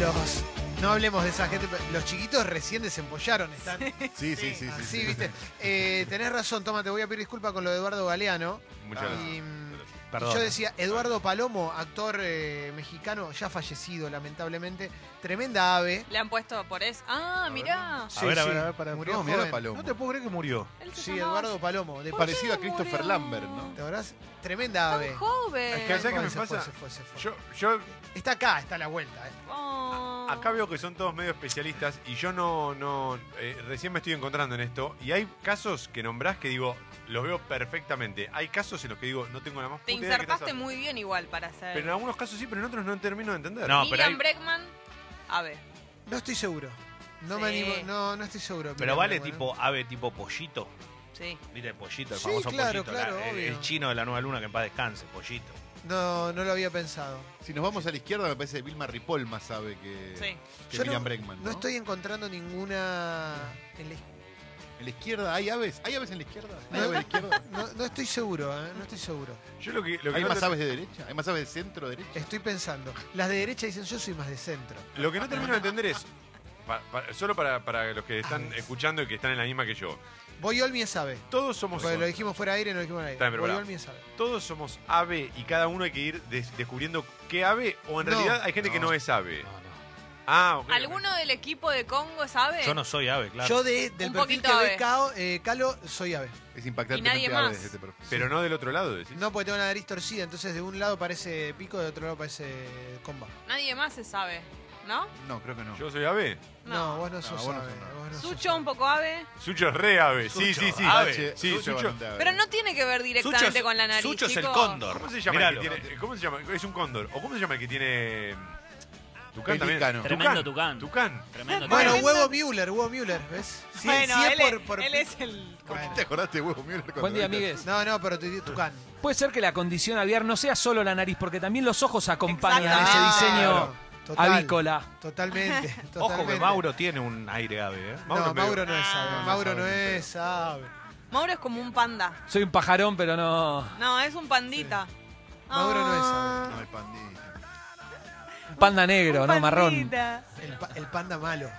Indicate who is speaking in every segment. Speaker 1: los. No hablemos de esa gente, pero los chiquitos recién desempollaron, están
Speaker 2: Sí, sí, sí. sí,
Speaker 1: así,
Speaker 2: sí.
Speaker 1: ¿viste? Eh, tenés razón, toma, te voy a pedir disculpas con lo de Eduardo Galeano.
Speaker 3: Muchas
Speaker 2: Ah.
Speaker 3: gracias.
Speaker 1: Y, mm,
Speaker 3: Perdón.
Speaker 1: Yo decía, Eduardo Palomo, actor eh, mexicano, ya fallecido lamentablemente, tremenda ave.
Speaker 4: Le han puesto por eso. Ah, mirá.
Speaker 3: a ver, a
Speaker 1: sí,
Speaker 3: ver, a ver, para.
Speaker 1: murió
Speaker 3: no,
Speaker 2: No, mirá
Speaker 1: joven.
Speaker 2: la paloma.
Speaker 3: no te puedo creer que murió.
Speaker 4: Él se
Speaker 1: Sí,
Speaker 4: llamaba-
Speaker 1: Eduardo Palomo, de
Speaker 4: ¿Por
Speaker 1: París.
Speaker 2: Parecido a
Speaker 4: qué
Speaker 2: Christopher
Speaker 4: murió?
Speaker 2: Lambert, ¿no?
Speaker 1: ¿Te acordás? Tremenda ave.
Speaker 4: Tan joven.
Speaker 3: Es que allá- ¿Sabés qué me
Speaker 1: Se fue,
Speaker 3: pasa?
Speaker 1: se fue, se fue.
Speaker 3: Yo, yo
Speaker 1: Está acá, está a la vuelta. eh.
Speaker 4: Oh.
Speaker 3: acá veo que son todos medio especialistas y yo no, no, eh, recién me estoy encontrando en esto y hay casos que nombrás que digo, los veo perfectamente. Hay casos en los que digo, no tengo la más puta
Speaker 4: Te
Speaker 3: idea de qué estás
Speaker 4: insertaste
Speaker 3: hablando.
Speaker 4: muy bien igual para hacer.
Speaker 3: Pero en algunos casos sí, pero en otros no termino de entender.
Speaker 5: No, pero
Speaker 4: Miriam
Speaker 5: hay-
Speaker 4: Bregman, a ver.
Speaker 1: No estoy seguro. No me
Speaker 4: Sí.
Speaker 1: animo, no, no estoy seguro.
Speaker 5: Pero
Speaker 1: Mirá,
Speaker 5: vale
Speaker 1: bueno.
Speaker 5: tipo ave tipo pollito.
Speaker 4: Sí.
Speaker 5: Mira el pollito, el
Speaker 1: Sí,
Speaker 5: famoso
Speaker 1: claro,
Speaker 5: pollito. la-
Speaker 1: claro,
Speaker 5: el,
Speaker 1: obvio.
Speaker 5: el chino de la nueva luna que en paz descanse, pollito.
Speaker 1: No, no lo había pensado.
Speaker 2: Si nos vamos a la izquierda, me parece que Vilma Ripoll más sabe que,
Speaker 4: Sí.
Speaker 2: que
Speaker 1: Yo
Speaker 2: Miriam
Speaker 1: no-
Speaker 2: Bregman.
Speaker 1: No estoy encontrando ninguna. en la-
Speaker 2: En la izquierda, ¿hay aves? ¿Hay aves en la izquierda? ¿Hay
Speaker 1: No.
Speaker 2: aves en la izquierda?
Speaker 1: No, no estoy seguro, ¿eh? no estoy seguro.
Speaker 3: Yo lo que, lo que
Speaker 2: ¿Hay
Speaker 3: no
Speaker 2: más
Speaker 3: te-
Speaker 2: aves de derecha? ¿Hay más aves de centro derecha?
Speaker 1: Estoy pensando. Las de derecha dicen yo soy más de centro.
Speaker 3: Lo que no termino de entender es, pa- pa- solo para, para los que están
Speaker 1: Aves.
Speaker 3: escuchando y que están en la misma que yo,
Speaker 1: Boy Olmi es ave.
Speaker 3: todos somos,
Speaker 1: Porque lo dijimos fuera de aire, no lo dijimos al
Speaker 3: Está
Speaker 1: aire.
Speaker 3: bien, pero
Speaker 1: Boy
Speaker 3: pará.
Speaker 1: Olmi es ave.
Speaker 3: todos somos ave y cada uno hay que ir des- descubriendo qué ave o en
Speaker 1: No.
Speaker 3: realidad hay gente que
Speaker 5: No.
Speaker 3: no es ave.
Speaker 5: No, no.
Speaker 3: Ah, ok, ok.
Speaker 4: ¿Alguno del equipo de Congo sabe?
Speaker 5: Yo no soy ave, claro.
Speaker 1: Yo de, del perfil
Speaker 4: Un poquito
Speaker 1: que ve
Speaker 4: ave.
Speaker 1: Cao, eh, Calo, soy ave.
Speaker 2: Es
Speaker 4: Y nadie
Speaker 2: impactantemente
Speaker 4: más.
Speaker 2: aves este perfil.
Speaker 3: Pero no del otro lado, decís.
Speaker 1: No, porque tengo una nariz torcida, entonces de un lado parece pico, de otro lado parece comba.
Speaker 4: Nadie más se sabe, ¿no?
Speaker 2: No, creo que no.
Speaker 3: Yo soy ave.
Speaker 1: No, vos no
Speaker 2: No,
Speaker 1: sos
Speaker 2: vos no
Speaker 1: ave.
Speaker 2: sos nada.
Speaker 1: vos no sos
Speaker 4: Sucho
Speaker 1: ave.
Speaker 4: un poco ave.
Speaker 3: Sucho es re ave. Sí,
Speaker 5: Sucho,
Speaker 3: sí, sí.
Speaker 5: ave.
Speaker 2: H-
Speaker 3: Sí,
Speaker 2: Sucho
Speaker 3: Sucho.
Speaker 2: bastante ave.
Speaker 4: Pero no tiene que ver directamente
Speaker 5: Sucho es-
Speaker 4: con la nariz.
Speaker 5: Sucho es el
Speaker 4: chicos.
Speaker 5: cóndor.
Speaker 3: ¿Cómo se llama? el
Speaker 5: Míralo.
Speaker 3: que tiene- ¿Cómo se llama? Es un cóndor. ¿O cómo se llama el que tiene. mm, Tucán también?
Speaker 2: Pelícano.
Speaker 6: Tremendo tucán.
Speaker 3: Tucán.
Speaker 6: Tremendo
Speaker 1: Bueno,
Speaker 6: tucán.
Speaker 1: huevo Müller, huevo Müller, ¿ves? Si-
Speaker 4: Bueno,
Speaker 1: si es
Speaker 4: él,
Speaker 1: por-
Speaker 4: es-
Speaker 1: por
Speaker 4: él
Speaker 1: pi-
Speaker 4: es el.
Speaker 2: ¿Por qué te acordaste de huevo? Mira,
Speaker 7: Buen día, amigues.
Speaker 1: No, no, pero tu Tucán.
Speaker 7: Puede ser que la condición aviar no sea solo la nariz, porque también los ojos acompañan a ese
Speaker 4: Exactamente.
Speaker 7: diseño
Speaker 1: Claro, total,
Speaker 7: avícola.
Speaker 1: Totalmente,
Speaker 5: Ojo que
Speaker 1: totalmente.
Speaker 5: Mauro tiene un aire ave, ¿eh?
Speaker 3: Mauro
Speaker 1: no,
Speaker 3: es medio-
Speaker 1: Mauro no es
Speaker 4: Ah,
Speaker 1: ave.
Speaker 4: no
Speaker 1: Mauro
Speaker 3: sabe
Speaker 1: no
Speaker 3: ni pedo.
Speaker 1: es ave.
Speaker 4: Mauro es como un panda.
Speaker 7: Soy un pajarón, pero no.
Speaker 4: No, es un pandita. Ah.
Speaker 1: Mauro no es ave.
Speaker 2: No, el pandita.
Speaker 7: Panda negro, no marrón.
Speaker 4: marrón.
Speaker 1: El, pa- el panda malo.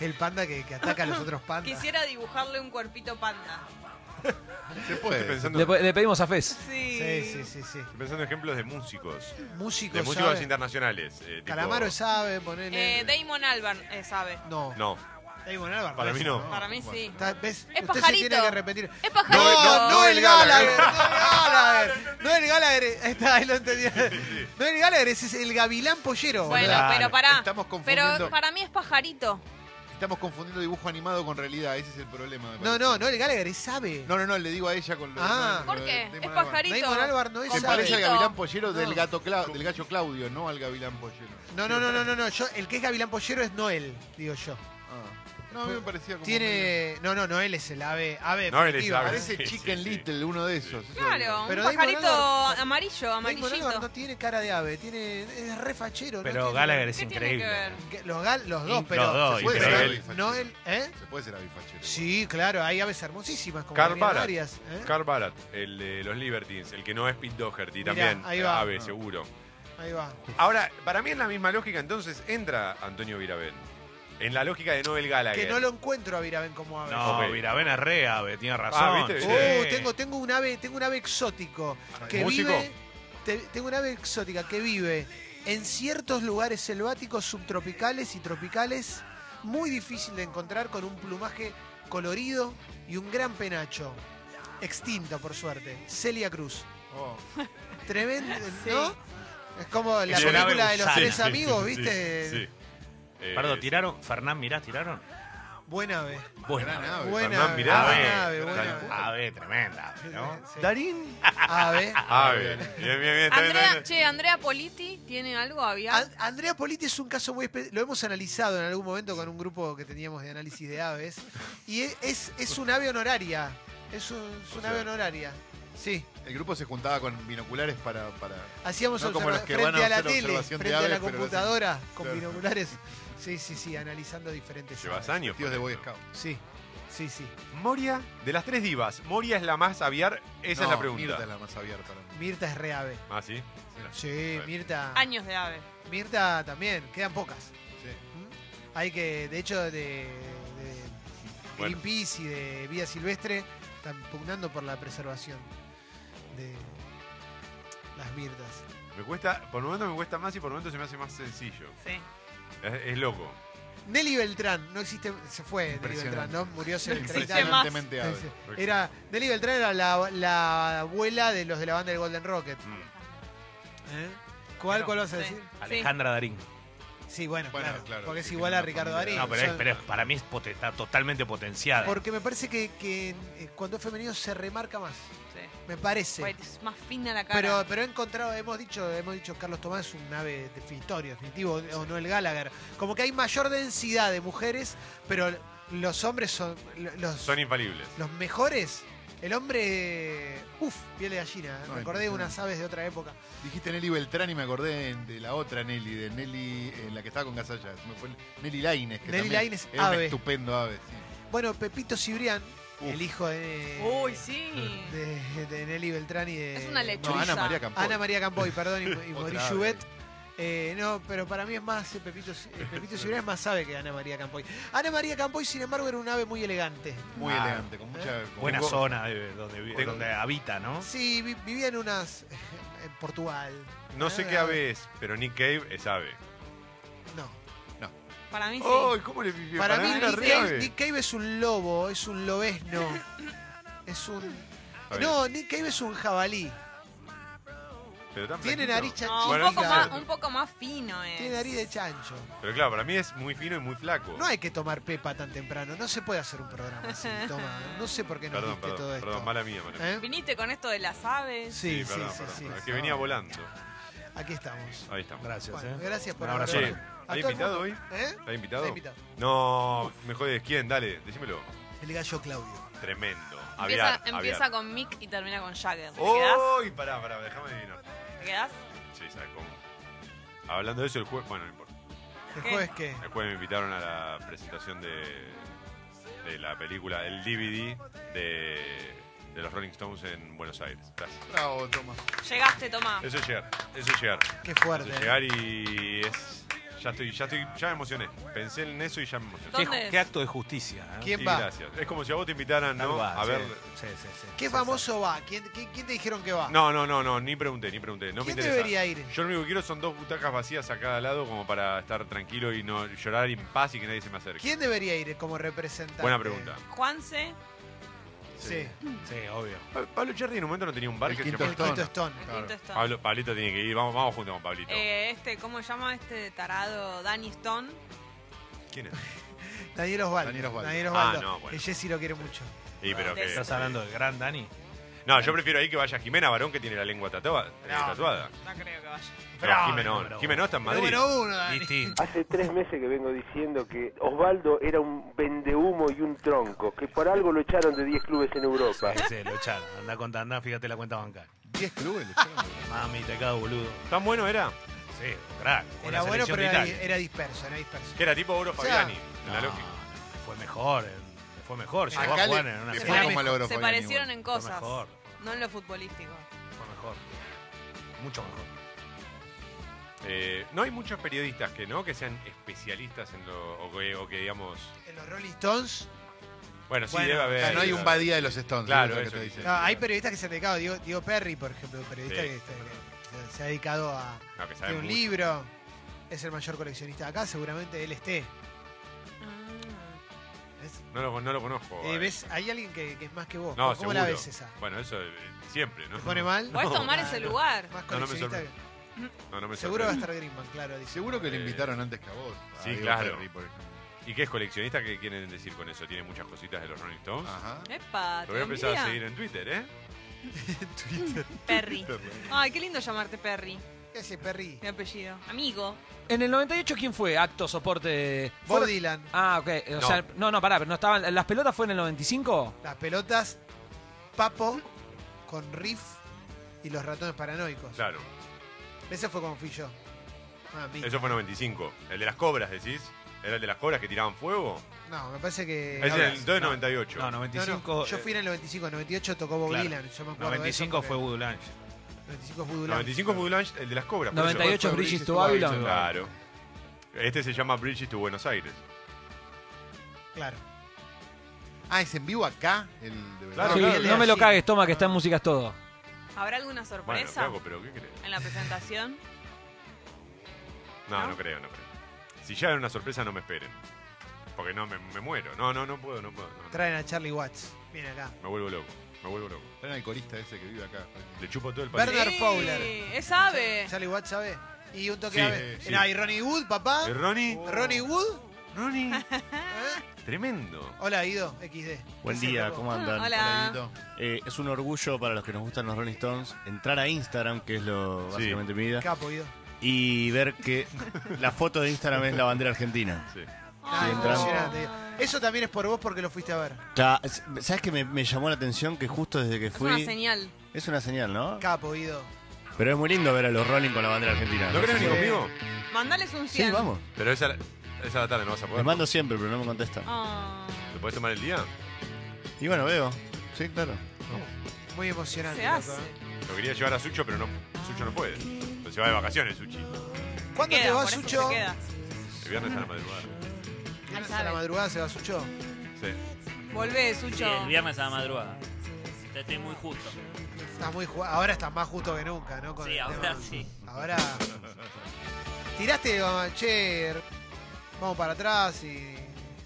Speaker 1: el panda que, que ataca a los otros pandas.
Speaker 4: Quisiera dibujarle un cuerpito panda.
Speaker 2: Se
Speaker 3: Estoy
Speaker 2: puede.
Speaker 3: pensando,
Speaker 7: Le,
Speaker 3: estoy
Speaker 7: pe- le pedimos a Fez.
Speaker 4: Sí.
Speaker 1: Sí, sí, sí, sí.
Speaker 3: pensando en ejemplos de músicos.
Speaker 1: Músico,
Speaker 3: De músicos
Speaker 1: sabe.
Speaker 3: internacionales. eh, tipo-
Speaker 1: Calamaro es ave, ponele.
Speaker 4: Eh, Damon Albarn eh, sabe.
Speaker 1: No.
Speaker 3: No.
Speaker 1: Damon Albarn.
Speaker 3: Para
Speaker 1: ¿ves?
Speaker 3: mí no.
Speaker 4: Para mí sí.
Speaker 1: Está- ¿Ves?
Speaker 4: Es
Speaker 1: Usted se
Speaker 4: pajarito.
Speaker 1: tiene que repetir.
Speaker 4: Es
Speaker 1: No,
Speaker 4: pajarito.
Speaker 1: no,
Speaker 3: no
Speaker 1: el
Speaker 3: el
Speaker 1: Gallagher,
Speaker 3: Gallagher.
Speaker 1: no el Gallagher. No el Gallagher. Ahí está, ahí lo entendí. No el Gallagher, ese es el gavilán pollero.
Speaker 4: Bueno,
Speaker 1: boludo.
Speaker 4: pero pará.
Speaker 2: Estamos
Speaker 4: Pero
Speaker 2: confundiendo,
Speaker 4: para mí es pajarito.
Speaker 2: estamos confundiendo dibujo animado con realidad. Ese es el problema. me
Speaker 1: No,
Speaker 2: parece.
Speaker 1: no, no el Gallagher, es ave.
Speaker 2: No, no, no, le digo a ella con lo
Speaker 1: Ah.
Speaker 2: con
Speaker 4: ¿Por
Speaker 2: lo de
Speaker 4: qué?
Speaker 2: Damon
Speaker 4: Es
Speaker 2: Albarn.
Speaker 4: pajarito.
Speaker 1: Damon Albarn no es
Speaker 2: Se
Speaker 1: ave.
Speaker 2: parece al
Speaker 4: Pajarito.
Speaker 2: gavilán pollero del,
Speaker 1: No.
Speaker 2: gato Cla- del gallo Claudio, no al gavilán pollero.
Speaker 1: No, no, no, no, no, no. Yo, el que es gavilán pollero es Noel, digo yo.
Speaker 2: Ah. No, a mí me parecía como. medio-
Speaker 1: Tiene. No, no, Noel es el ave. Ave,
Speaker 3: Noel es
Speaker 1: definitiva.
Speaker 3: ave.
Speaker 2: Parece
Speaker 3: Sí,
Speaker 2: Chicken
Speaker 3: sí, sí.
Speaker 2: Little, uno de esos. eso
Speaker 4: Claro,
Speaker 1: Pero
Speaker 4: un
Speaker 1: Damon
Speaker 4: pajarito
Speaker 1: Albarn-
Speaker 4: amarillo,
Speaker 1: Damon Albarn no
Speaker 4: amarillito.
Speaker 1: tiene cara de ave, tiene, es re fachero. no
Speaker 5: Pero
Speaker 1: tiene-
Speaker 5: Gallagher es
Speaker 4: ¿Qué tiene que ver?
Speaker 5: increíble.
Speaker 1: Que- Los, gal- los dos,
Speaker 5: Los
Speaker 1: pero.
Speaker 5: dos,
Speaker 1: ¿se puede
Speaker 2: increíble.
Speaker 1: ser Noel, ¿eh?
Speaker 2: Se puede ser avifachero.
Speaker 1: Sí, claro, hay aves hermosísimas como
Speaker 3: Carl
Speaker 1: Daniel
Speaker 3: Barat.
Speaker 1: Arias, ¿eh?
Speaker 3: Carl Barat, el de los Libertines, el que no es Pete Doherty,
Speaker 1: Mirá,
Speaker 3: también eh,
Speaker 1: ahí va.
Speaker 3: ave,
Speaker 2: Ah.
Speaker 3: seguro.
Speaker 1: Ahí va.
Speaker 3: Ahora, para mí es la misma lógica, entonces entra Antonio Virabel. En la lógica de Nobel Gallagher.
Speaker 1: Que no lo encuentro a Viraben como ave.
Speaker 5: No,
Speaker 3: Ok. Ah,
Speaker 5: mira, ven es re ave, tiene razón.
Speaker 3: ¿viste?
Speaker 5: sí.
Speaker 1: Oh, tengo, tengo un ave, tengo un ave exótico que
Speaker 3: ¿Músico?
Speaker 1: vive. te- tengo un ave exótica que vive en ciertos lugares selváticos, subtropicales y tropicales, muy difícil de encontrar, con un plumaje colorido y un gran penacho. Extinta, por suerte. Celia Cruz.
Speaker 2: Oh.
Speaker 1: Tremendo, ¿no? Es como la
Speaker 5: Es un ave
Speaker 1: película de los
Speaker 5: gusana.
Speaker 1: tres amigos,
Speaker 3: Sí,
Speaker 1: ¿viste?
Speaker 3: sí. Eh,
Speaker 5: Pardo, tiraron. Fernán, mirá, tiraron.
Speaker 1: Buen ave.
Speaker 5: Bueno,
Speaker 2: Gran ave.
Speaker 1: Buena
Speaker 3: Fernán
Speaker 1: ave,
Speaker 3: Mirá,
Speaker 1: buena
Speaker 3: eh,
Speaker 1: ave, buena
Speaker 3: tal
Speaker 1: ave.
Speaker 3: cual.
Speaker 5: ave tremenda, ave, ¿no?
Speaker 1: Sí.
Speaker 5: Darín.
Speaker 1: Ave.
Speaker 3: Ave. ah, Bien, bien, bien. está bien, está
Speaker 4: Andrea,
Speaker 3: bien.
Speaker 4: che, Andrea Politi tiene algo había.
Speaker 1: An- Andrea Politi es un caso muy especial. Lo hemos analizado en algún momento con un grupo que teníamos de análisis de aves. Y e- es, es un ave honoraria. Es un, es un
Speaker 2: sea-
Speaker 1: ave honoraria. Sí.
Speaker 2: El grupo se juntaba con binoculares para. para...
Speaker 1: Hacíamos
Speaker 2: No como
Speaker 1: observa-
Speaker 2: los que van
Speaker 1: frente
Speaker 2: a
Speaker 1: a la
Speaker 2: hacer
Speaker 1: tele,
Speaker 2: observación de
Speaker 1: frente a la
Speaker 2: aves, pero lo hacen-
Speaker 1: computadora, con
Speaker 2: Claro.
Speaker 1: binoculares. Sí, sí, sí, analizando diferentes
Speaker 3: Llevas
Speaker 1: aves.
Speaker 3: años.
Speaker 2: Tíos de
Speaker 3: con
Speaker 2: Boy
Speaker 3: esto.
Speaker 2: Scout.
Speaker 1: Sí. Sí, sí.
Speaker 3: Moria, de las tres divas, ¿Moria es la más aviar? Esa es
Speaker 2: No,
Speaker 3: la pregunta.
Speaker 2: Mirta es la más abierta. para mí.
Speaker 1: Mirta es reave.
Speaker 3: Ah, sí.
Speaker 1: Sí,
Speaker 3: Bueno.
Speaker 1: Mirta.
Speaker 4: Años de ave.
Speaker 1: Mirta también, quedan pocas.
Speaker 2: Sí.
Speaker 1: ¿Mm? Hay que, de hecho, de, de
Speaker 3: Bueno.
Speaker 1: Greenpeace y de Vida Silvestre están pugnando por la preservación de las mirtas.
Speaker 3: Me cuesta, por momentos me cuesta más y por momentos se me hace más sencillo.
Speaker 4: Sí.
Speaker 3: Es, es loco.
Speaker 1: Nelly Beltrán, no existe, se fue Nelly
Speaker 2: Impresionante.
Speaker 1: Beltrán, ¿no? Murió hace 30
Speaker 4: existe
Speaker 1: años.
Speaker 4: más.
Speaker 2: Impresionantemente ave.
Speaker 1: Era, Nelly Beltrán era la, la abuela de los de la banda del Golden Rocket.
Speaker 3: Mm.
Speaker 1: ¿Eh? ¿Cuál, cuál vas a
Speaker 4: Sí.
Speaker 1: decir?
Speaker 5: Alejandra Darín.
Speaker 1: Sí, bueno,
Speaker 2: Bueno,
Speaker 1: claro,
Speaker 2: claro,
Speaker 1: porque es
Speaker 2: sí,
Speaker 1: igual
Speaker 2: tiene
Speaker 1: a
Speaker 2: una
Speaker 1: Ricardo Darín.
Speaker 2: familia.
Speaker 5: No, pero,
Speaker 1: o
Speaker 5: es-
Speaker 1: sea,
Speaker 5: pero es- para mí es poten- está totalmente potenciada.
Speaker 1: Porque me parece que, que, eh, cuando es femenino se remarca más.
Speaker 4: Sí.
Speaker 1: Me parece.
Speaker 4: Guay, es más fina la cara.
Speaker 1: Pero, pero he encontrado, hemos dicho, hemos dicho Carlos Tomás es un ave definitorio, definitivo, o Noel Gallagher. Como que hay mayor densidad de mujeres, pero los hombres son los,
Speaker 3: Son infalibles.
Speaker 1: los mejores. El hombre, uff, piel de gallina. ¿eh?
Speaker 2: No,
Speaker 1: Me acordé de
Speaker 2: impresionante.
Speaker 1: unas aves de otra época.
Speaker 2: Dijiste Nelly Beltrán y me acordé de, de la otra Nelly, de Nelly, eh, la que estaba con Gasalla. Me fue Nelly Laines, que
Speaker 1: Nelly
Speaker 2: también
Speaker 1: Laines,
Speaker 2: era un
Speaker 1: ave.
Speaker 2: estupendo ave. sí.
Speaker 1: Bueno, Pepito Cibrián,
Speaker 2: Uf.
Speaker 1: el hijo de,
Speaker 4: Uy, sí.
Speaker 1: eh, de, de Nelly Beltrán y de
Speaker 4: Es una
Speaker 2: No,
Speaker 4: lechuza.
Speaker 2: Ana María Campoy.
Speaker 1: Ana María Campoy, perdón, y, y
Speaker 2: Otra
Speaker 1: Maurice
Speaker 2: ave.
Speaker 1: Jouvet. Eh, no, pero para mí es más, eh, Pepito, eh, Pepito Cibrián es más sabe que Ana María Campoy. Ana María Campoy, sin embargo, era un ave muy elegante.
Speaker 2: Muy
Speaker 5: Ah.
Speaker 2: elegante, con mucha... con
Speaker 5: Buena
Speaker 2: poco-
Speaker 5: zona de- donde, vi-
Speaker 3: Tengo-
Speaker 5: donde habita, ¿no?
Speaker 1: Sí, vi- vivía en unas... eh, en Portugal.
Speaker 3: No sé
Speaker 1: Ah,
Speaker 3: qué ave es, pero Nick Cave es ave.
Speaker 1: No.
Speaker 4: Para mí
Speaker 3: ¡Ay,
Speaker 4: sí.
Speaker 3: cómo le pifié!
Speaker 1: Para mí,
Speaker 3: era
Speaker 1: Nick
Speaker 3: re
Speaker 1: Cave,
Speaker 3: ave.
Speaker 1: Nick Cave es un lobo, es un lobesno. Es un...
Speaker 3: Está bien,
Speaker 1: No, Nick Cave es un jabalí.
Speaker 3: pero tan
Speaker 1: Tiene
Speaker 3: flaquito.
Speaker 1: nariz
Speaker 4: No,
Speaker 1: Bueno,
Speaker 4: un, poco
Speaker 1: sí,
Speaker 4: más,
Speaker 3: claro.
Speaker 4: un poco más fino es.
Speaker 1: Tiene nariz de chancho.
Speaker 3: Pero claro, para mí es muy fino y muy flaco.
Speaker 1: No hay que tomar pepa tan temprano. No se puede hacer un programa así. Toma, no sé por qué nos
Speaker 3: Perdón,
Speaker 1: diste todo
Speaker 3: perdón,
Speaker 1: esto.
Speaker 3: perdón, mala mía, mala mía.
Speaker 1: ¿Eh?
Speaker 4: Viniste con esto de las aves.
Speaker 1: Sí, sí, sí,
Speaker 3: perdón,
Speaker 1: sí,
Speaker 3: perdón,
Speaker 1: sí.
Speaker 3: perdón, que venía volando.
Speaker 1: Aquí estamos.
Speaker 3: Ahí estamos.
Speaker 5: Gracias,
Speaker 1: Bueno,
Speaker 5: ¿eh?
Speaker 1: gracias por
Speaker 5: Un abrazo.
Speaker 1: haber-
Speaker 3: Sí.
Speaker 1: A
Speaker 3: ¿Hay
Speaker 1: todo el
Speaker 3: invitado
Speaker 1: mundo.
Speaker 3: hoy?
Speaker 1: ¿Eh?
Speaker 3: ¿Está invitado?
Speaker 1: Está invitado.
Speaker 3: No, me jodes. ¿Quién? Dale, decímelo.
Speaker 1: El gallo Claudio.
Speaker 3: Tremendo.
Speaker 4: Empieza,
Speaker 3: Aviar, Oh.
Speaker 4: empieza
Speaker 3: aviar.
Speaker 4: con Mick y termina con Jagger. ¿Te quedás?
Speaker 3: ¡Uy! Pará, pará, déjame adivinar.
Speaker 4: ¿Te quedás?
Speaker 3: Sí, ¿sabes cómo? Hablando de eso, el jueves... Bueno, no importa.
Speaker 1: ¿El
Speaker 4: ¿Qué?
Speaker 1: jueves qué?
Speaker 3: El jueves me invitaron a la presentación de, de la película, el DVD de, de los Rolling Stones en Buenos Aires. Gracias.
Speaker 2: Bravo, toma.
Speaker 4: Llegaste, Tomás.
Speaker 3: Eso es llegar, eso es llegar.
Speaker 1: Qué
Speaker 3: Eso
Speaker 1: fuerte.
Speaker 3: es llegar y es... Ya estoy, ya estoy, ya me emocioné. Pensé en eso y ya me emocioné.
Speaker 5: Qué,
Speaker 4: ¿Dónde
Speaker 5: ju-
Speaker 4: es?
Speaker 5: qué acto de justicia. ¿eh?
Speaker 1: ¿Quién
Speaker 3: Y
Speaker 1: va?
Speaker 3: gracias. Es como si a vos te invitaran,
Speaker 5: Tal
Speaker 3: ¿no?
Speaker 5: va,
Speaker 3: A
Speaker 5: sí,
Speaker 3: ver...
Speaker 5: sí, sí, sí.
Speaker 1: ¿Qué
Speaker 5: Sí, sí.
Speaker 1: famoso va? ¿Quién, quién, quién te dijeron que va?
Speaker 3: No, no, no, no, ni pregunté, ni pregunté. No me
Speaker 1: ¿Quién
Speaker 3: interesa.
Speaker 1: debería ir?
Speaker 3: Yo lo único que quiero son dos butacas vacías a cada lado como para estar tranquilo y no llorar en paz y que nadie se me acerque.
Speaker 1: ¿Quién debería ir como representante?
Speaker 3: Buena pregunta.
Speaker 4: Juanse.
Speaker 1: Sí.
Speaker 5: Sí, obvio.
Speaker 3: Pa- Pablo Cherry en un momento no tenía un bar
Speaker 2: El
Speaker 3: que
Speaker 2: quinto
Speaker 3: se
Speaker 1: El
Speaker 3: llamaba-
Speaker 2: Stone.
Speaker 1: Quinto Stone.
Speaker 4: el
Speaker 2: Claro.
Speaker 4: quinto Stone.
Speaker 3: Pablo, Pablito tiene que ir, vamos, vamos juntos con Pablito.
Speaker 4: Eh, este, ¿cómo se llama este tarado? Danny Stone.
Speaker 3: ¿Quién es?
Speaker 1: Daniel Osvaldo.
Speaker 2: Daniel Osvaldo.
Speaker 1: Daniel Osvaldo.
Speaker 3: Ah, no, bueno.
Speaker 1: Que Jessy lo quiere mucho.
Speaker 3: Y, pero que-
Speaker 5: ¿Estás hablando del gran Dani?
Speaker 3: No, yo prefiero ahí que vaya Jimena Barón que tiene la lengua tatua- eh, tatuada.
Speaker 4: No creo que vaya.
Speaker 3: No,
Speaker 5: Pero-
Speaker 3: Jimena,
Speaker 5: pero-
Speaker 3: no. Jimena no está en Madrid.
Speaker 1: Número uno, Dani.
Speaker 5: Distinto.
Speaker 6: Hace tres meses que vengo diciendo que Osvaldo era un vendehumo y un tronco, que por algo lo echaron de 10 clubes en Europa.
Speaker 5: Sí, sí, lo echaron. Anda contando, anda, fíjate la cuenta bancaria.
Speaker 2: 10 clubes, le echaron.
Speaker 5: Mami, te cago, boludo.
Speaker 3: ¿Tan bueno era?
Speaker 5: Sí, crack. Con
Speaker 1: Era
Speaker 5: la
Speaker 1: bueno,
Speaker 5: selección
Speaker 1: pero eh,
Speaker 5: de
Speaker 1: era,
Speaker 5: Italia.
Speaker 1: era disperso, era disperso.
Speaker 3: Que era tipo Oro
Speaker 1: O sea,
Speaker 3: Fabiani, en la
Speaker 5: No,
Speaker 3: lógica.
Speaker 5: le fue mejor, eh, le fue mejor. Llegó a
Speaker 2: Acá
Speaker 5: jugar
Speaker 2: le-
Speaker 5: en una
Speaker 2: le
Speaker 5: serie.
Speaker 2: fue
Speaker 1: final.
Speaker 2: como al Oro
Speaker 4: Se
Speaker 2: Fabiani,
Speaker 4: parecieron
Speaker 2: bueno.
Speaker 4: en cosas,
Speaker 5: mejor.
Speaker 4: no en lo futbolístico.
Speaker 5: Fue mejor. Mucho mejor.
Speaker 3: Eh, no hay muchos periodistas que no, que sean especialistas en lo. o que, o que digamos.
Speaker 1: En los Rolling Stones.
Speaker 3: Bueno, sí,
Speaker 1: Bueno,
Speaker 3: debe
Speaker 2: O
Speaker 3: haber.
Speaker 2: sea, Ah, no hay un Badía de los Stones.
Speaker 3: Claro,
Speaker 2: ¿sí? Lo que
Speaker 3: eso
Speaker 2: te
Speaker 3: dice.
Speaker 2: dicen.
Speaker 1: No, hay periodistas que se han dedicado, Diego, Diego Perry, por ejemplo, un periodista
Speaker 3: Sí.
Speaker 1: que, está- que se ha dedicado a
Speaker 3: No, que
Speaker 1: tiene
Speaker 3: saben
Speaker 1: un
Speaker 3: mucho.
Speaker 1: libro, es el mayor coleccionista de acá, seguramente él esté.
Speaker 3: Ah.
Speaker 1: ¿Ves?
Speaker 3: No lo, no lo conozco.
Speaker 1: Eh,
Speaker 3: eh.
Speaker 1: ¿ves? Hay alguien que, que es más que vos.
Speaker 3: No,
Speaker 1: ¿Cómo la
Speaker 3: seguro.
Speaker 1: ves esa?
Speaker 3: Bueno, eso eh, siempre, ¿no?
Speaker 1: ¿Te pone mal?
Speaker 4: Podés tomar ese lugar.
Speaker 1: Más
Speaker 3: No, no me
Speaker 1: coleccionista. que-
Speaker 3: No, no me
Speaker 1: Seguro va a
Speaker 3: sorprende.
Speaker 1: estar Greenman, claro. dice.
Speaker 2: Seguro que le
Speaker 3: Eh,
Speaker 2: invitaron antes que a vos. a
Speaker 3: sí,
Speaker 2: Diego
Speaker 3: claro.
Speaker 2: Ferri, por ejemplo.
Speaker 3: ¿Y qué es coleccionista? ¿Qué quieren decir con eso? ¿Tiene muchas cositas de los Rolling Stones?
Speaker 1: Ah.
Speaker 2: Ajá.
Speaker 4: Epa,
Speaker 3: Lo voy a
Speaker 4: te
Speaker 3: empezar a
Speaker 4: envía.
Speaker 3: seguir en Twitter, ¿eh?
Speaker 4: Perry. Ay, qué lindo llamarte Perry,
Speaker 1: ¿Qué hace Perry?
Speaker 4: mi apellido. Amigo.
Speaker 7: En el 98, ¿quién fue acto, soporte?
Speaker 1: Bob
Speaker 7: Fue-
Speaker 1: Dylan.
Speaker 7: Ah, ok. O
Speaker 3: No.
Speaker 7: sea, no, no, pará, pero no estaban. ¿Las pelotas fue en el 95?
Speaker 1: Las pelotas, Papo, con Riff y los ratones paranoicos.
Speaker 3: Claro.
Speaker 1: Ese fue como fui yo. Ah, mira.
Speaker 3: Eso fue 95. El de las cobras, decís. ¿Era el de las cobras que tiraban fuego?
Speaker 1: Eh, No, me parece que.
Speaker 3: Es
Speaker 1: ahora-
Speaker 3: el eh. 2 de 98.
Speaker 5: No,
Speaker 1: No, no,
Speaker 5: 95.
Speaker 1: yo fui en el 95, 98 tocó Bob
Speaker 5: claro.
Speaker 1: Dylan. Yo me acuerdo de eso
Speaker 5: 95
Speaker 1: porque-
Speaker 5: fue Voodoo Lounge.
Speaker 1: 95 es Voodoo Lounge.
Speaker 3: 95 es Voodoo Lounge, el de las cobras. por eso.
Speaker 7: 98 es
Speaker 2: fue
Speaker 7: Bridges
Speaker 2: Bridges
Speaker 7: to
Speaker 2: to
Speaker 7: Babylon.
Speaker 3: Claro. Este se llama Bridges to Buenos Aires.
Speaker 1: Claro.
Speaker 2: Ah, es en vivo acá. El de
Speaker 3: Claro,
Speaker 7: Sí,
Speaker 3: claro,
Speaker 7: no me lo
Speaker 1: sí.
Speaker 7: cagues, toma, que está en músicas todo.
Speaker 4: ¿Habrá alguna
Speaker 3: Bueno,
Speaker 4: sorpresa
Speaker 3: flaco, pero ¿qué crees?
Speaker 4: en la presentación?
Speaker 3: No, no,
Speaker 4: ¿No?
Speaker 3: creo, no creo. Si ya era una sorpresa, no me esperen. Porque no, me, me muero. No, no, no puedo, no puedo. no, no.
Speaker 1: Traen a Charlie Watts. Viene acá.
Speaker 3: Me vuelvo loco, me vuelvo loco.
Speaker 2: Era el corista ese que vive acá.
Speaker 3: Le chupo todo el país.
Speaker 1: Bernard Fowler.
Speaker 4: Es ave.
Speaker 1: Charlie Watts, ¿sabe? Y un toque
Speaker 3: Sí,
Speaker 1: ave.
Speaker 3: sí.
Speaker 1: No, y Ronnie Wood, papá.
Speaker 8: Eh,
Speaker 3: ¿Y ¿Eh, Ronnie?
Speaker 7: Oh.
Speaker 1: Ronnie Wood.
Speaker 3: Ronnie.
Speaker 1: ¿Eh?
Speaker 3: Tremendo.
Speaker 1: Hola, Guido, XD.
Speaker 8: Buen
Speaker 1: ¿Qué
Speaker 8: día,
Speaker 1: haces,
Speaker 8: ¿cómo
Speaker 1: loco?
Speaker 8: andan?
Speaker 4: Hola.
Speaker 2: Hola,
Speaker 8: Eh, es un orgullo para los que nos gustan los Rolling Stones entrar a Instagram, que es lo
Speaker 3: Sí.
Speaker 8: básicamente mi vida,
Speaker 1: Capo, Guido.
Speaker 8: y ver que la foto de Instagram es la bandera argentina.
Speaker 3: Sí.
Speaker 1: Ah,
Speaker 8: Sí, entramos.
Speaker 1: impresionante, Guido. Eso también es por vos porque lo fuiste a ver.
Speaker 8: Ca- ¿Sabes que me, me llamó la atención que justo desde que
Speaker 4: Es
Speaker 8: fui.
Speaker 4: una señal.
Speaker 8: Es una señal, ¿no?
Speaker 1: Capo, Guido.
Speaker 8: Pero es muy lindo ver a los Rolling con la bandera argentina.
Speaker 3: ¿No querés
Speaker 8: Sí.
Speaker 3: venir conmigo?
Speaker 4: Mandales un 100.
Speaker 8: Sí, vamos.
Speaker 3: Pero esa, esa la tarde no vas a
Speaker 8: Les
Speaker 3: poder.
Speaker 8: mando siempre, pero no me contesta.
Speaker 4: Ah.
Speaker 3: ¿Te podés tomar el día?
Speaker 8: Y bueno, veo. Sí, claro.
Speaker 1: Muy emocionante.
Speaker 4: Se
Speaker 1: loco,
Speaker 4: hace.
Speaker 1: ¿eh?
Speaker 3: Lo quería llevar a Sucho, pero no. Sucho no puede. Entonces se va de vacaciones, Suchi.
Speaker 1: ¿Cuándo
Speaker 4: Queda,
Speaker 1: te vas,
Speaker 4: por eso
Speaker 1: Sucho?
Speaker 4: se queda.
Speaker 3: El viernes a la madrugada.
Speaker 1: ¿Viernes a
Speaker 4: Al
Speaker 1: la
Speaker 4: saber.
Speaker 1: madrugada se va, Sucho?
Speaker 3: Sí.
Speaker 4: Volvé,
Speaker 9: Sí,
Speaker 4: Sucho.
Speaker 9: el viernes a la madrugada. Te estoy muy justo.
Speaker 1: Estás muy ju- ahora estás más justo que nunca, ¿no? Con
Speaker 9: Sí,
Speaker 1: el
Speaker 9: ahora
Speaker 1: tema.
Speaker 9: sí.
Speaker 1: Ahora. Tiraste, vamos, che, vamos para atrás y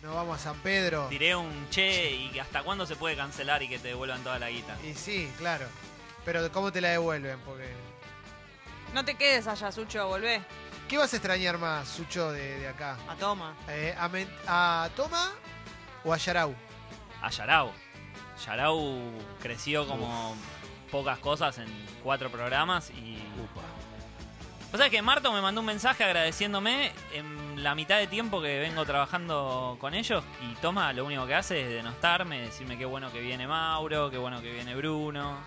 Speaker 1: nos vamos a San Pedro.
Speaker 9: Tiré un che y hasta cuándo se puede cancelar y que te devuelvan toda la guita.
Speaker 1: Y sí, claro. Pero ¿cómo te la devuelven? Porque.
Speaker 4: No te quedes allá, Sucho. Volvé.
Speaker 1: ¿Qué vas a extrañar más, Sucho, de, de acá?
Speaker 4: A toma.
Speaker 1: Eh, a, Men- a Toma o a Yarau?
Speaker 9: A Yarau. Yarau creció como pocas cosas en cuatro programas y. O sea que Marto me mandó un mensaje agradeciéndome en la mitad de tiempo que vengo trabajando con ellos y toma lo único que hace es denostarme, decirme qué bueno que viene Mauro, qué bueno que viene Bruno.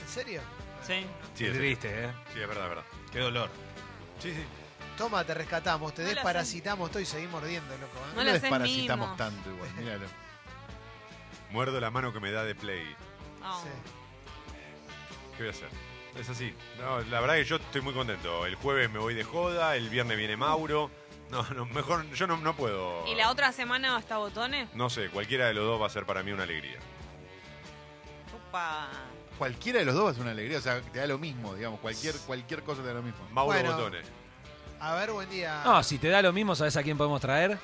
Speaker 1: ¿En serio?
Speaker 9: ¿Sí?
Speaker 3: Sí,
Speaker 5: Qué
Speaker 3: es,
Speaker 5: triste, ¿eh?
Speaker 3: sí, es verdad, es verdad.
Speaker 5: Qué dolor.
Speaker 3: Sí, sí.
Speaker 1: Toma, te rescatamos, te
Speaker 4: No la
Speaker 1: desparasitamos todo y seguís mordiendo, loco. ¿eh?
Speaker 4: No
Speaker 2: lo
Speaker 4: le haces
Speaker 2: desparasitamos
Speaker 4: mimos.
Speaker 2: tanto igual. Míralo.
Speaker 3: Muerdo la mano que me da de play.
Speaker 4: No.
Speaker 1: Sí.
Speaker 3: ¿Qué voy a hacer? Es así. No, la verdad que yo estoy muy contento. El jueves me voy de joda, el viernes viene Mauro. No, no, mejor yo no, no puedo.
Speaker 4: ¿Y la otra semana hasta botones?
Speaker 3: No sé, cualquiera de los dos va a ser para mí una alegría.
Speaker 4: Upa.
Speaker 2: Cualquiera de los dos es una alegría, o sea, te da lo mismo, digamos. Cualquier, cualquier cosa te da lo mismo.
Speaker 3: Mauro
Speaker 1: Bueno.
Speaker 3: Botones.
Speaker 1: A ver, buen día.
Speaker 7: No, si te da lo mismo, ¿sabes a quién podemos traer?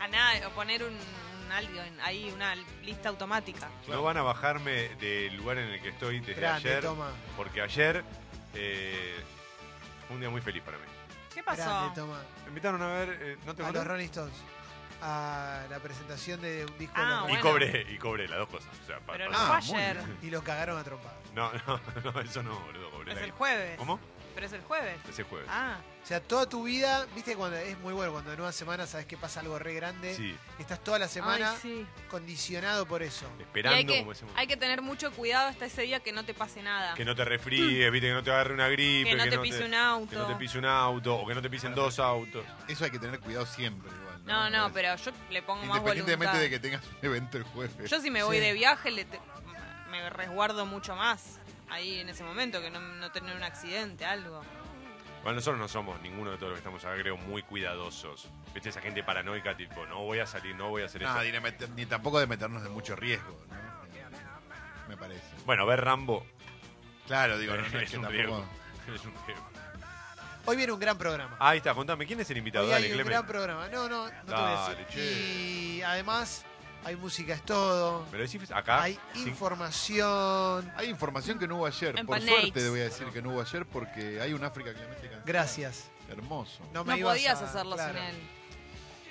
Speaker 4: A nada, o poner un, un algo en- ahí, una lista automática.
Speaker 3: No van a bajarme del lugar en el que estoy desde
Speaker 1: Grande,
Speaker 3: ayer.
Speaker 1: Toma.
Speaker 3: Porque ayer eh, fue un día muy feliz para mí.
Speaker 4: ¿Qué pasó?
Speaker 1: Grande, Toma.
Speaker 3: Me invitaron a ver. eh, ¿No te
Speaker 1: A los
Speaker 3: acordás?
Speaker 1: Rolling Stones. A la presentación de un disco de
Speaker 4: Ah,
Speaker 1: los
Speaker 3: Y
Speaker 1: Rolling
Speaker 4: bueno.
Speaker 3: cobré, y cobré las dos cosas. O sea, pa-
Speaker 4: Pero no
Speaker 3: pa-
Speaker 4: fue
Speaker 2: Ah, muy
Speaker 4: ayer.
Speaker 1: Stones. Y los cagaron a trompadas.
Speaker 3: no, no, no, eso no, boludo. Cobré
Speaker 4: Es
Speaker 3: la
Speaker 4: el
Speaker 3: guita.
Speaker 4: jueves.
Speaker 3: ¿Cómo?
Speaker 4: Pero es el jueves.
Speaker 3: Ese jueves.
Speaker 4: Ah,
Speaker 1: O sea, toda tu vida, viste, cuando es muy bueno, cuando en una semana sabes que pasa algo re grande.
Speaker 3: Sí,
Speaker 1: Estás toda la semana
Speaker 4: Ay, sí.
Speaker 1: condicionado por eso.
Speaker 4: Y hay
Speaker 3: esperando
Speaker 4: que,
Speaker 3: como ese momento.
Speaker 4: hay que tener mucho cuidado hasta ese día que no te pase nada.
Speaker 3: Que no te refríes, viste, que no te agarre una gripe.
Speaker 4: Mm. Que no te pise un auto.
Speaker 3: Que no te pise un auto, o que no te pisen dos autos.
Speaker 2: Eso hay que tener cuidado siempre igual.
Speaker 4: No, no,
Speaker 2: Me parece.
Speaker 4: pero yo le pongo más voluntad.
Speaker 2: Independientemente de que tengas un evento el jueves.
Speaker 4: Yo si me voy
Speaker 1: Sí.
Speaker 4: de viaje le te- me resguardo mucho más ahí en ese momento, que no, no tener un accidente, algo.
Speaker 3: Bueno, nosotros no somos ninguno de todos los que estamos acá, creo, muy cuidadosos. Viste, esa gente paranoica, tipo, no voy a salir, no voy a hacer eso.
Speaker 2: No, ni, de meter- ni tampoco de meternos de mucho riesgo, ¿no? Me parece.
Speaker 3: Bueno, ver Rambo
Speaker 2: Claro, digo, no, no es
Speaker 3: es
Speaker 2: que
Speaker 3: un
Speaker 2: tampoco.
Speaker 3: riesgo. Es un riesgo.
Speaker 1: Hoy viene un gran programa.
Speaker 3: Ahí está, contame, ¿quién es el invitado?
Speaker 1: Hoy
Speaker 3: Ah, Dale,
Speaker 1: hay un
Speaker 3: Clemen.
Speaker 1: gran programa. No, no, no te voy a
Speaker 3: Dale,
Speaker 1: decir.
Speaker 3: che.
Speaker 1: Y además, hay música es todo.
Speaker 3: ¿Me lo decís acá?
Speaker 1: Hay
Speaker 3: Sí.
Speaker 1: información.
Speaker 2: Hay información que no hubo ayer.
Speaker 4: En
Speaker 2: Por
Speaker 4: Panates.
Speaker 2: suerte te voy a decir que no hubo ayer porque hay un África Clemente Cancela.
Speaker 1: Gracias.
Speaker 2: Hermoso.
Speaker 1: No, me
Speaker 4: No
Speaker 1: ibas
Speaker 4: podías
Speaker 1: a-
Speaker 4: hacerlo
Speaker 1: claro.
Speaker 4: sin él.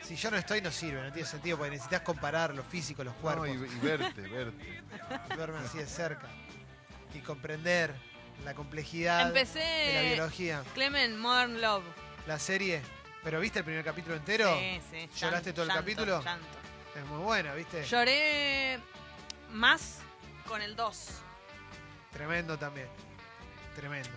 Speaker 1: Si yo no estoy, no sirve, no tiene sentido, porque necesitas comparar los físicos, los
Speaker 2: No,
Speaker 1: cuerpos,
Speaker 2: y, y verte, verte.
Speaker 1: y verme así de cerca. Y comprender la complejidad de la
Speaker 4: Empecé
Speaker 1: biología,
Speaker 4: Clemen Modern Love.
Speaker 1: la serie. Pero viste el primer capítulo entero,
Speaker 4: Sí, sí,
Speaker 1: ¿Lloraste todo el capítulo?
Speaker 4: llanto.
Speaker 1: es muy buena, viste.
Speaker 4: Lloré más con el 2.
Speaker 1: Tremendo también. Tremendo.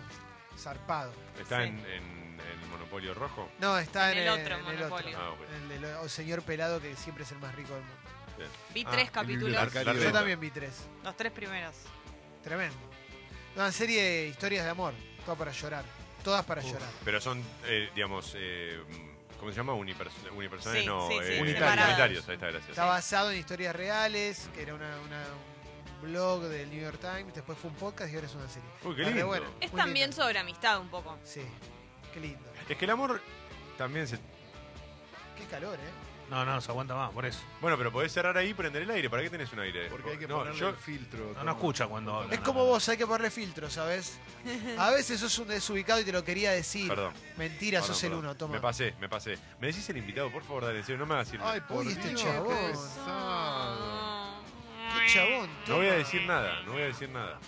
Speaker 1: Zarpado.
Speaker 3: Está
Speaker 4: Sí.
Speaker 3: en, en el monopolio rojo?
Speaker 1: No, está en,
Speaker 4: En el otro monopolio.
Speaker 3: Ah, ok.
Speaker 1: El del o- señor pelado que siempre es el más rico del mundo.
Speaker 4: Vi
Speaker 3: Ah,
Speaker 4: tres
Speaker 3: el
Speaker 4: capítulos,
Speaker 3: La
Speaker 2: bibliotecario.
Speaker 1: Yo
Speaker 3: renta.
Speaker 1: también vi tres.
Speaker 4: los tres primeros.
Speaker 1: Tremendo. Una serie de historias de amor. Todas para llorar. Todas para llorar.
Speaker 3: Pero son, eh, digamos, eh, ¿cómo se llama? Uniperso- unipersonales,
Speaker 4: Sí,
Speaker 3: no,
Speaker 4: sí, sí,
Speaker 3: eh,
Speaker 4: Unitarios.
Speaker 3: unitarios. Ahí está, gracias.
Speaker 1: Está basado en historias reales, que era una, una- un blog del New York Times, después fue un podcast y ahora es una serie.
Speaker 3: Uy, qué
Speaker 1: Está re
Speaker 3: lindo.
Speaker 1: buena,
Speaker 4: Es
Speaker 1: muy
Speaker 4: también
Speaker 1: linda.
Speaker 4: sobre amistad un poco.
Speaker 1: Sí, qué lindo.
Speaker 3: Es que el amor también se...
Speaker 1: Qué calor, ¿eh?
Speaker 5: No, no, se aguanta más, por eso.
Speaker 3: Bueno, pero podés cerrar ahí y prender el aire. ¿Para qué tenés un aire?
Speaker 2: Porque hay que
Speaker 3: no,
Speaker 2: ponerle
Speaker 3: yo-
Speaker 2: el filtro.
Speaker 5: No,
Speaker 2: Toma.
Speaker 5: no escucha cuando habla.
Speaker 1: Es
Speaker 5: no,
Speaker 1: como
Speaker 5: no.
Speaker 1: vos, hay que ponerle filtro, ¿sabes? A veces sos un desubicado y te lo quería decir.
Speaker 3: Perdón.
Speaker 1: Mentira,
Speaker 3: Perdón,
Speaker 1: sos el
Speaker 3: perdón.
Speaker 1: uno, toma.
Speaker 3: Me pasé, me pasé. ¿Me decís el invitado, por favor? Dale, en serio, no me hagas ir.
Speaker 2: Ay, por
Speaker 1: Uy,
Speaker 2: Dios,
Speaker 1: este
Speaker 2: qué
Speaker 1: chabón.
Speaker 2: pesado.
Speaker 1: Qué chabón,
Speaker 3: No voy a decir nada, no voy a decir nada.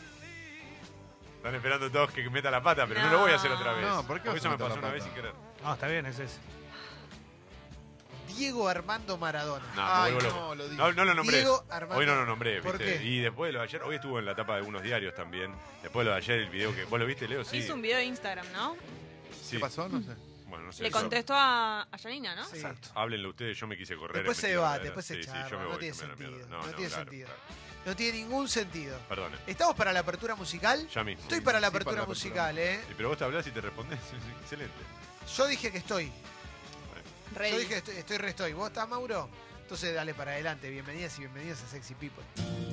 Speaker 3: Están esperando todos que meta la pata, pero no, lo voy a hacer otra vez.
Speaker 2: No, ¿por
Speaker 3: Porque
Speaker 2: qué vas a
Speaker 3: eso me
Speaker 2: meter
Speaker 3: pasó
Speaker 2: la
Speaker 3: una vez
Speaker 2: pata?
Speaker 3: sin querer.
Speaker 5: No, está bien, es ese.
Speaker 1: Diego Armando Maradona.
Speaker 3: No, me
Speaker 2: Ay,
Speaker 3: vuelvo loco.
Speaker 2: no, lo dije.
Speaker 3: No, no lo nombré.
Speaker 1: Diego Armando.
Speaker 3: Hoy no lo nombré,
Speaker 1: ¿Por
Speaker 3: ¿viste?
Speaker 1: qué?
Speaker 3: Y después de lo de ayer, hoy estuvo en la tapa de algunos diarios también. Después de lo de ayer, el video que. ¿Vos lo viste, Leo? Sí.
Speaker 4: Hizo un video de Instagram, ¿no?
Speaker 3: Sí.
Speaker 2: ¿Qué pasó? No sé.
Speaker 3: Bueno, no sé.
Speaker 4: Le
Speaker 3: Yo-
Speaker 4: contestó a, a Janina, ¿no?
Speaker 1: Sí.
Speaker 3: Háblenlo ustedes, yo me quise correr.
Speaker 1: Después
Speaker 3: me
Speaker 1: se
Speaker 3: quise correr.
Speaker 1: debate, después se
Speaker 3: Sí, sí,
Speaker 1: charla,
Speaker 3: yo me
Speaker 1: no
Speaker 3: voy,
Speaker 1: tiene
Speaker 3: yo me la
Speaker 1: sentido,
Speaker 3: mierda.
Speaker 1: no tiene
Speaker 3: claro,
Speaker 1: sentido.
Speaker 3: claro.
Speaker 1: No tiene ningún sentido.
Speaker 3: Perdone.
Speaker 1: ¿Estamos para la apertura musical?
Speaker 3: Ya mismo.
Speaker 1: Estoy para la
Speaker 2: Sí, para
Speaker 1: apertura
Speaker 2: la apertura.
Speaker 1: musical, ¿eh?
Speaker 3: Sí, Pero vos te hablás y te respondés. Excelente.
Speaker 1: Yo dije que estoy.
Speaker 4: Ready.
Speaker 1: Yo dije que estoy, estoy, re estoy. ¿Vos estás, Mauro? Entonces dale para adelante. Bienvenidas y bienvenidos a Sexy People.